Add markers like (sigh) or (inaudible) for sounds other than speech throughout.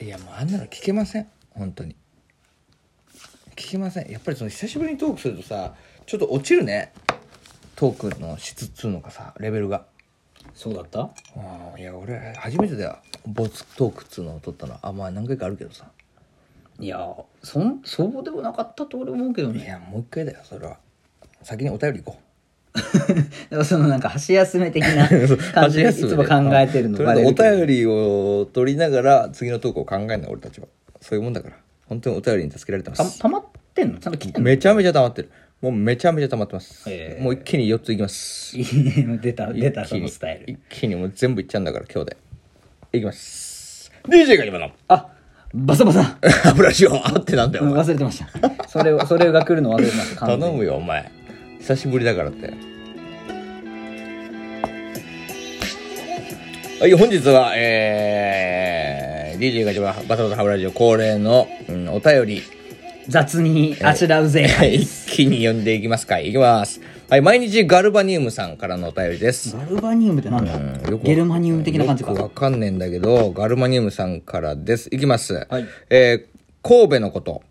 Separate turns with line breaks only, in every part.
いやもうあんなの聞けません本当に聞けませんやっぱりその久しぶりにトークするとさちょっと落ちるねトークの質っつうのかさレベルが
そうだった
うんいや俺初めてだよボツトークっつうのを撮ったのあまあ何回かあるけどさ
いやそんそうでもなかったと俺思うけど
い
ね (laughs)
やもう一回だよそれは先にお便り行こう
でもそのなんか箸休め
(laughs)
的な感じでいつも考えてるの
とりあ
バ
えず
レ
お
るけど
便りを取りながら次のトークを考えるの俺たちはそういうもんだから本当にお便りに助けられてま
た
す
たまってんのちゃんと切ってんの
めちゃめちゃ溜まってるもうめちゃめちゃ溜まってます、
ええ
もう一気に4ついきます
(laughs) 出た出たそのスタイル
一気にもう全部いっちゃうんだから今日でいきます DJ が今 (laughs) の
あバサバサ
油塩あってなんだよお前
忘れてましたそれをそれが来るの忘れてました
頼
完全に
むよお前久しぶりだからってはい本日はえー、DJ が一番バタバタハブラジオ恒例の、うん、お便り
雑にあしらうぜ
一気に読んでいきますかいきますはい毎日ガルバニウムさんからのお便りです、
ガルバニウムってなんだ
うんよく
ゲルマニウム的な感じ
よくわ
か
かんねえんだけどガルバニウムさんからですいきます、
はい
えー、神戸のこと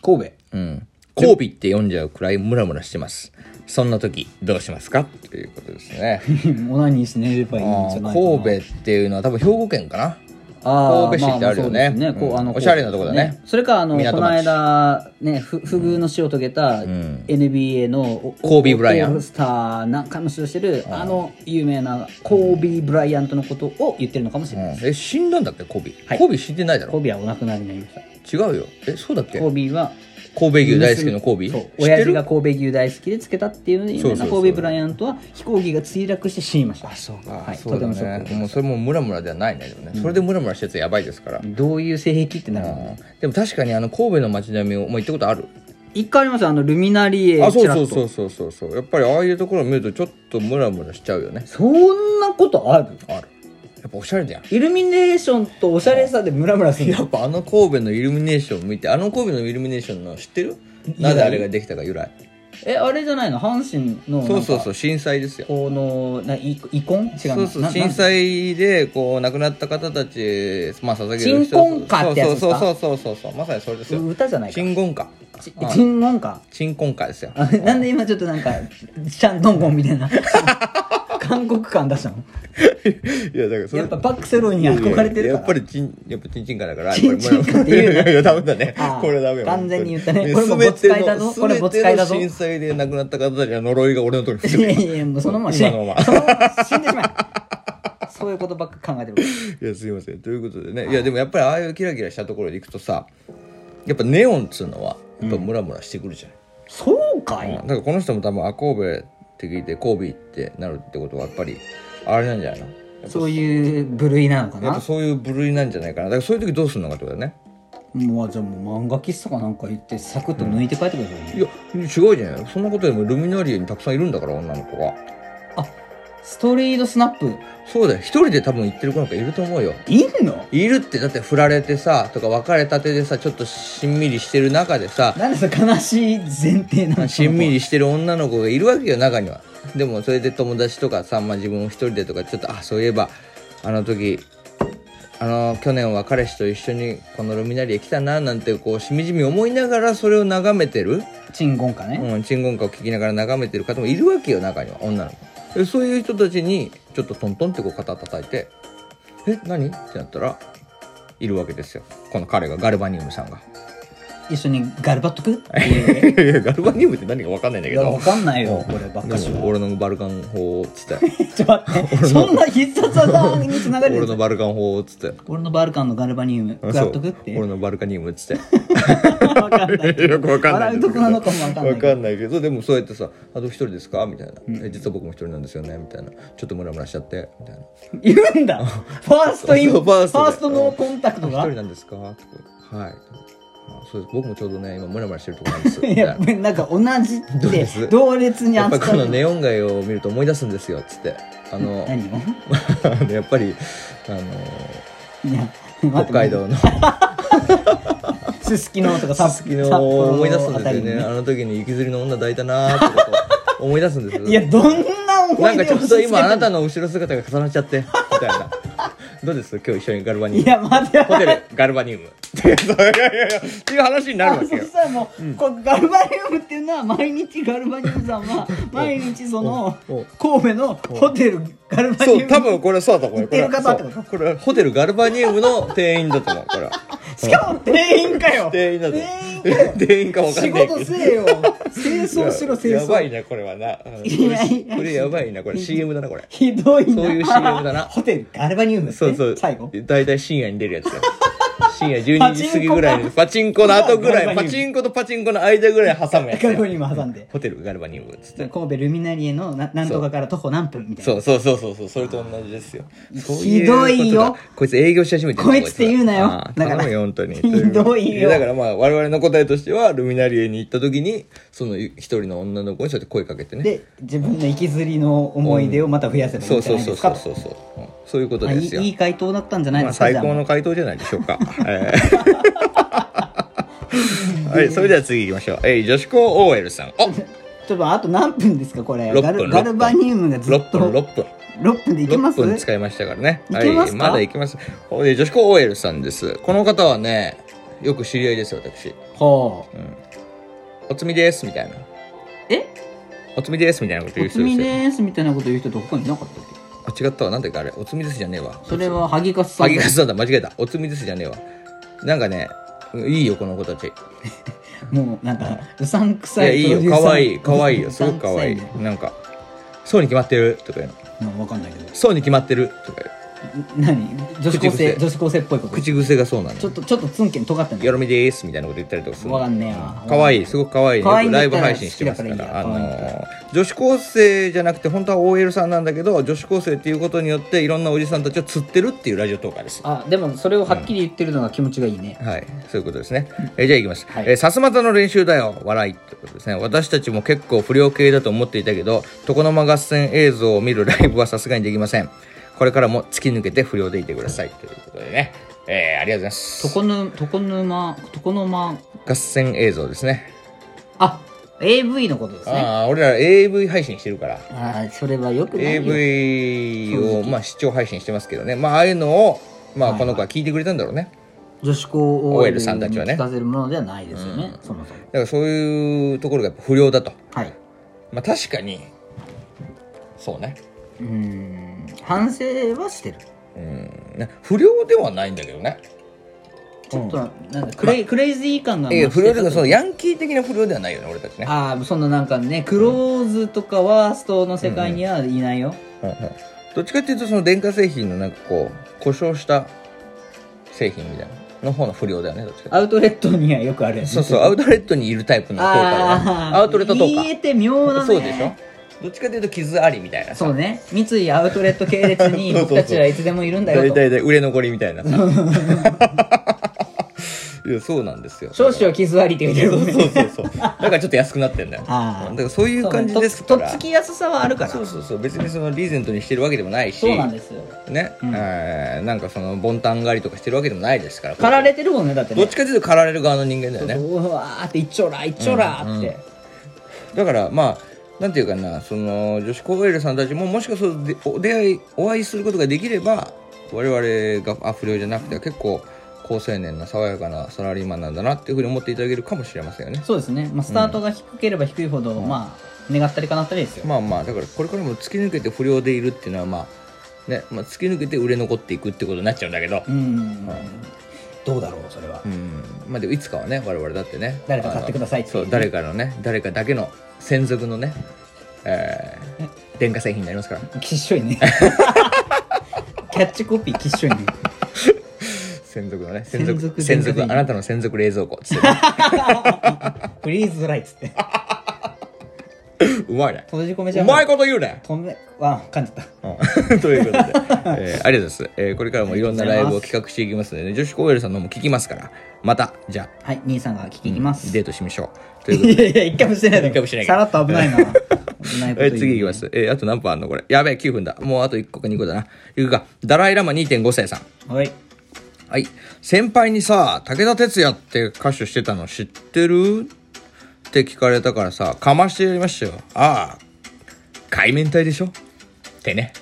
神 (laughs) 戸
うん。交尾って読んじゃうくらいムラムラしてます。そんな時どうしますかっていうことです
(laughs)
ね。
オナニーしねればいいん
あ
じゃ
ー
ないかな
神戸っていうのは多分兵庫県かな。
あー
神戸市ってあるよね
まあまあそうですねこ
う
うんあの
おしゃれなとこだね
それかあのこ
港町
の間ねふ不遇の死を遂げた NBA のお
コービーブライアン
オールスター何回も出場してるあの有名なコービー・ブライアントのことを言ってるのかもしれない
え死んだんだっけ神戸、
はい
神戸死んでないだ
コ
ろ。
ービーはお亡くなりになりました
違うよ。えそうだっけ？
コー
神
ビーは
戸牛大好きの神戸。
そう
知っ
親
て
父が
る？
神戸牛大好きでつけたっていう有
そ
名
うそう
な
そう
コービー・ブライアントは飛行機が墜落して死にました
そうか。
はい
そうだ
とてもショックを受
ね。もうそれもムラムラではないね。でもねそれでムラムラしたやつやばいですから。
どういう性癖ってなるの
うんでも確かにあの神戸の街並みをもう行ったことある。
一回ありますあのルミナリエ
あそう
ちらっ
そう
と
そうそうそうそう。やっぱりああいうところを見るとちょっとムラムラしちゃうよね。
そんなことある
ある。やっぱおしゃれだよ。
イルミネーションとおしゃれさでムラムラする
やっぱあの神戸のイルミネーション見てあの神戸のイルミネーションの知ってるなぜあれができたか由来
えあれじゃないの阪神のなんか
そうそうそう震災ですよ
このな遺遺婚違う
そうそう
な
震
な
災でこう亡くなった方たちまあ捧げる人
鎮魂歌ってやつですか
そうそうそうそうそうそうまさにそれですよ
歌じゃないか
鎮魂歌
ち
うん
鎮音か
鎮魂歌ですよ
あなんで今ちょっとなんかシャンドンゴンみたいな
(laughs)
韓国感出したの
いやだからそれ
やっぱバックセロンに憧れてる
やっ
か
ぱ
ら
りチンやっぱチンチンカだから
チンチンカって言うな
(laughs) やっぱりいやダメだね
あー
これダメよ
完全に言った
本
ねこれも
当に
ボツ会だぞこれボツ会だぞ
全ての震災で亡くなった方たちの呪いが俺のとこに来て
い
る
やいやいやもうそのまま死ね
今のまま
そのまま死んでしまえそういうことばっか考えてる
いやすいませんということでねいやでもやっぱりああいうキラキラしたところで行くとさやっぱネオンっつうのはやっぱムラムラしてくるじゃない、
そうかい
うんだからこの人も多分あ神戸って聞いて神戸ってなるってことはやっぱりあれなんじゃないの
そういう部類なのか
やっぱ
な
そういう部類なんじゃないかなだからそういう時どうするのかってことだね
もうじゃあもう漫画喫茶かなんか行ってサクッと抜いて帰ってください、
いや違うじゃないそんなことでもルミナリエにたくさんいるんだから女の子が
あストリートスナップ
そうだよ一人で多分行ってる子なんかいると思うよ
いんの
いるってだって振られてさとか別れたてでさちょっとしんみりしてる中でさ
なんでそれ悲しい前提なの
しんみりしてる女の子がいるわけよ中にはでもそれで友達とかさ、まあ、自分一人でとかちょっとあそういえばあの時あの去年は彼氏と一緒にこのルミナリエ来たななんてこうしみじみ思いながらそれを眺めてる、
チンゴンかね、
うん、チンゴン歌を聴きながら眺めてる方もいるわけよ中には女の子でそういう人たちにちょっとトントンってこう肩叩いて「え何?」ってなったらいるわけですよこの彼がガルバニウムさんが。 (laughs)
一緒にガルバットくっていう
いやガルバニウムって何か分かんないんだ
い
け
や
ど
わかんないよ
うん
こればっかし
でも
は
俺のバルカン法っつったよ
(laughs) ちょっと待ってそんな必殺技につながる
俺
俺
の
の
バルカン法っつったよ
俺のバルカンのガルバニウムガットくって
俺のバルカニウムっつっ
わかんない
てよくわかんない
笑うとこなのかもわかんない
わかんないけどでもそうやってさ「あと一人ですか?」みたいな、え「実は僕も一人なんですよね」みたいな「ちょっとムラムラしちゃって」みたいな「
いるんだファーストインフ
そうファー
ァ
ストで
ーストノーコンタクト
一
が
人なんですか?」とかはい」あそうです僕もちょうどね今ムラムラしてるとこなんです」み
(laughs) い
たい
や
な
なんか同じ
どうで
って
す
同列に
やっぱ
扱
こ
う
のネオン街を見ると思い出すんですよっつってあの
何を
(laughs) あのやっぱりあの
いや
北海道の (laughs)
すすきのとか札
好きの思い出すん
札幌あ
です
た
よ
り
ね
に
あの時に雪吊りの女抱いたなーってことを思い出すんですよ
いやどんな思い出
なんかちょ
を
っと今あな
た
たの後ろ姿が重なっちゃってみたいなどうです今日一緒にガルバニウム
いや待って
ホテルガルバニウム (laughs) ってそういやいやいやっていう話にな
あ
るわ
そ
けよ
したらもう、こうガルバニウムっていうのは毎日ガルバニウムさんは毎日その
おお
神戸のホテルガルバニ
そ
ウム
う多分これそうだと思うよこれ
言ってる方ってこと
そうこれホテルガルバニウムの店員だと思うこれ
(laughs)
は
しかも店員かよ
店員だと思う
店員かよ
店員かわか
仕
んない
事
けど
せえよ清掃しろ清掃
やばいなこれはなうん
いやいや
これやばいなこれ CM だなこれ
ひどいな
そういう CM だな
ホテルガルバニウムって
そうそう
最後
大体深夜に出るやつだよ深夜12時過ぎぐらいにパチンコの後ぐらいパチンコとパチンコの間ぐらい挟むやつ
ガルバ
だよ
ニウム挟んで
ホテルガルバニウムっつって
神戸ルミナリエのななんとかから徒歩何分みたいな
そうそうそうそうそうそれと同じですよそう
ひ
う
どいよ
ことだこいつ営業し始めてる
こいつって言うなよ
ああ
だから
頼むよ本当に
ひどいよ
だからまあ我々の答えとしてはルミナリエに行った時にその一人の女の子にそうやって声かけてね
で自分の行きずりの思い出をまた増やせばいい
そ
ん
う
じゃ
そう
ない
そ
で
う
す
そ
か
うそうそううんそういうこと
あい
です
い
よ
いい回答だったんじゃない
ま
で
あ
すか、
最高の回答じゃないでしょう
(laughs)
か。えーはい、それでは次行きましょう。えー女子校 OL さん。あ
ちょっとあと何分ですかこれ
六
ガル
分
ガルバニウムがずっ
6
と
分、
6
6分。
分でいけます
6分使いましたからね。
いけますか
はい、まだいきます。おえー女子校 OL さんです。この方はね、よく知り合いですよ、私。
ほう
おつみです、みたいな。
え
おつみです、みたいなこと言
お
う
つ
人で
み
すよ。
ですみたいなこと言う人って他にいなかったっけ
あ、違ったわ。なんだっけ、あれ。おつみですじゃねえわ。
それは萩勝さん
萩川さんだ、間違えた。おつみですじゃねえわ。なんかね、いいよ、この子たち。
もうなんかうさんく
い
さ
や
い
いい
プロデ
よ
ューサー
可愛い可愛い
(laughs)
よ
う
す
さ
ご
ん
く
くさ
可愛
ね
いなんかそうに決まってるとか言うの
まあわかんないけど
そうに決まってるとか言
何女子高生
口癖
女子高生っぽいこと
う口癖がそうな
ちょ
の
っとちょっとツンケン尖ったんだ
よろみでーすみたいなこと言ったりとかするの
わかんねえわ
可愛いすごく可愛い
可愛
よく
いんだ
ラ
っ
イブ
たら
配信してますから
好きだからい
あ
いや
のー女子高生じゃなくて本当は OL さんなんだけど女子高生っていうことによっていろんなおじさんたちを釣ってるっていうラジオトーカーです
あでもそれをはっきり言ってるのが気持ちがいいね、
はい、そういうことですね。えーじゃあ行きます。
はい
えーさすまたの練習だよ、笑いってことですね。私たちも結構不良系だと思っていたけど、床の間合戦映像を見るライブはさすがにできません。これからも突き抜けて不良でいてください。ということでね、えーありがとうございます。
床ぬ床ぬま床の間
合戦映像ですね。
あ AV のことですね
ああ、俺ら AV 配信してるから。
ああそれはよくないよ
AV
正
を、
直
まあ、視聴配信してますけどね。まあ、ああいうのを、ま
は
あ、
い
この子は聞いてくれたんだろうね。
女子高
OL
OL
さんたちはね
に聞かせるものではないですよね、そもそも
だからそういうところがやっぱ不良だと。
はい
まあ、確かに、そうね。
うーん反省はしてる
うんね不良ではないんだけどね。
ちょっとなんかクレ,、イクレイジー感が増
え
して
え、不
た
良というか、そのヤンキー的な不良ではないよね、俺たちね。
ああそんななんかねクローズとかワーストの世界にはいないよ、
うんうんどっちかっていうと、その電化製品のなんかこう、故障した製品みたいなの方の不良だよね、どっちかっていうと
アウトレットにはよくあるやつ
そうそう、アウトレットにいるタイプのトーカーだ
あ
ね。
あ
アウトレットトーカ
言え
ー。
て妙だね
そうでしょどっちかっていうと、傷ありみたいなさ。
そうね三井アウトレット系列に
(laughs) そうそうそう
僕たちはいつでもいるんだよ
大
と
体で売れ残りみたい
(laughs)
なさ。いや、そうなんですよ。
少々傷ありって言ってるもんね
そうそうそう。だからちょっと安くなってんだよ。
あー
だからそういう感じです
と
か
と
ら。
っつきやすさはあるから
そうそうそう別にそのリーゼントにしてるわけでもないし
そうなんですよ
ね、えーなんかそのボンタン狩りとかしてるわけでもないですから
駆られてるもんねだって
ど
ね
っちかというと狩られる側の人間だよね
うわーって一丁ら一丁らーって、
だからまあなんていうかなその女子高エルさんたちももしかするとでお出会いお会いすることができれば我々があ不良じゃなくて結構高青年な爽やかなサラリーマンなんだなっていうふうに思っていただけるかもしれませんよね
そうですね、まあ、スタートが低ければ低いほど、まあ願ったりかなったりですよ、
まあまあだからこれからも突き抜けて不良でいるっていうのはまあね、まあ、突き抜けて売れ残っていくってことになっちゃうんだけど
うん、どうだろうそれは
うんまあでもいつかはね我々だってね
誰か買ってくださいっていう
そう誰かのね誰かだけの専属のね、えー電化製品になりますから
きっしょいね (laughs) キャッチコピーきっしょいね
専属のね専属
専属
専属
電化製品
あなたの専属冷蔵庫っつって (laughs) ね
フリーズドライっつって
うまいね
閉じ込めちゃ
う
う
まいこと言うね、
止めわ噛んじゃっ
う
た
ん (laughs) ということで、えーありがとうございます、えーこれからもいろんなライブを企画していきますので、ね、女子高 OL さんのも聞きますからまたじゃあ
はい兄さんが聞きに行きます、
デートしましょうということ
いやいや一回もしてないだろ
一回もしてないか
さ
ら
らっと危ないな危ない
(laughs)
(laughs) こと
え
言う
次いきます。えーあと何分あんのこれ。やべえ、9分だ。もうあと1個か2個だな。いくか。ダライラマ2.5世さん。
はい
はい。先輩にさ、武田鉄矢って歌手してたの知ってるって聞かれたからさ、かましてやりましたよ。ああ、海面体でしょってね。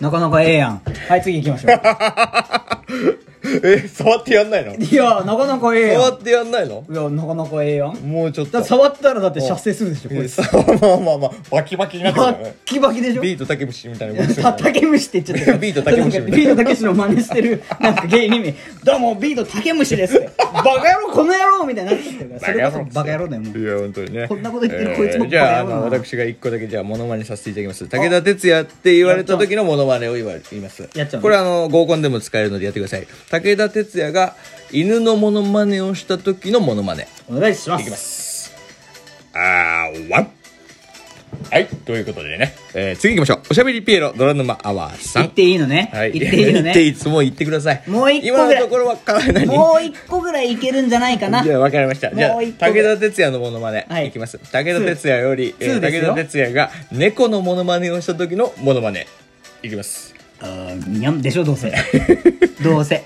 なかなかええやんはい、次行きましょ
(laughs)
う。
え触ってやんないの
いや、なかなかええやん。
触ってやんないの
いや、なかなかええやん。
もうちょっ
だ
と
って触ったらだって射精するでしょ、これ。
え (laughs) まあまあまあバキバキになってく
バ
る
ッ
ね
キバキでしょ
ビートたけしみたいなもんですよ
た
ね
竹虫って言っちゃった
ビート竹虫みたいな
ビート竹虫の真似してるなんか芸人名どうもビート竹虫ですってバカ野郎この野郎みたいになってきてるからそれこそバカ野郎だよもう
いや本当にね
こんなこと言ってるこいつも
えーじゃああ
バカ野
の
郎だな
私が一個だけじゃあモノマネさせていただきます武田鉄矢って言われた時のモノマネを今言います
やっちゃうの
これあの合コンでも使えるのでやってください武田鉄矢が犬のモノマネをした時のモノマネ
お願いします
あーわんはいということでね、えー次行きましょうおしゃべりピエロ泥沼アワーさ
言
ん
っていいのね、
はい
言っていいの
言 (laughs) ってい
ね
いつも言ってください
もう一個
今
ぐらい
のところは考えない
もう一個ぐらいいけるんじゃないかな
じゃあ分かりました。じゃあ
もう
武
一個ぐら
田鉄矢のモノマネ、
はい
い、きます。武田鉄矢より、
ツ
え
ー
ー
ツーです
武田
よ
鉄矢が猫のモノマネをした時のモノマネいきます。
あーにゃんでしょど
(laughs)
うせどうせ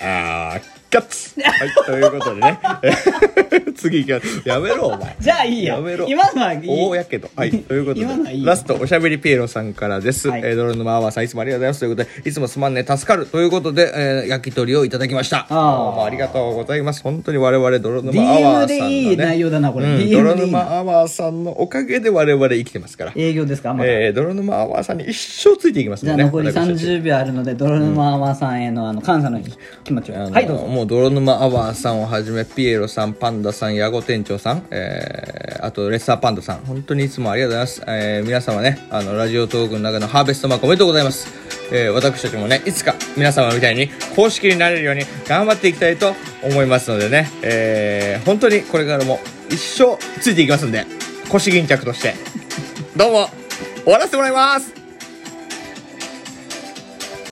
あーガッツ。はいということでね。 (laughs) えー次いきます。やめろお前。
じゃあいいよ
やめろ
今のはいい
大やけど。はい。ということで
今のはいいよ
ラストおしゃべりピエロさんからです。
はい
えー、泥沼アワーさんいつもありがとうございますということでいつもすまんね助かるということで、えー焼き鳥をいただきました。
あー
どうもありがとうございます。本当に我々泥沼アワーさんの
DM で
ね。
いい内容だなこれ、
うん、
DM
泥
でいい
沼
な
アワーさんのおかげで我々生きてますから、
営業ですか、まだ
えー、泥沼アワーさんに一生ついていきます
じ
の
ゃあ
で、ね、
残り
私たち
30秒あるので泥沼アワーさんへのあの感謝の気持ちを
あの
はいどうぞ
もう泥沼アワーさんをはじめピエロさんパンダさんヤゴ店長さん、えーあとレッサーパンダさん本当にいつもありがとうございます、えー皆様ねあのラジオトークの中のハーベストマークおめでとうございます、えー私たちもねいつか皆様みたいに公式になれるように頑張っていきたいと思いますのでね、えー本当にこれからも一生ついていきますんで腰巾着としてどうも終わらせてもらいます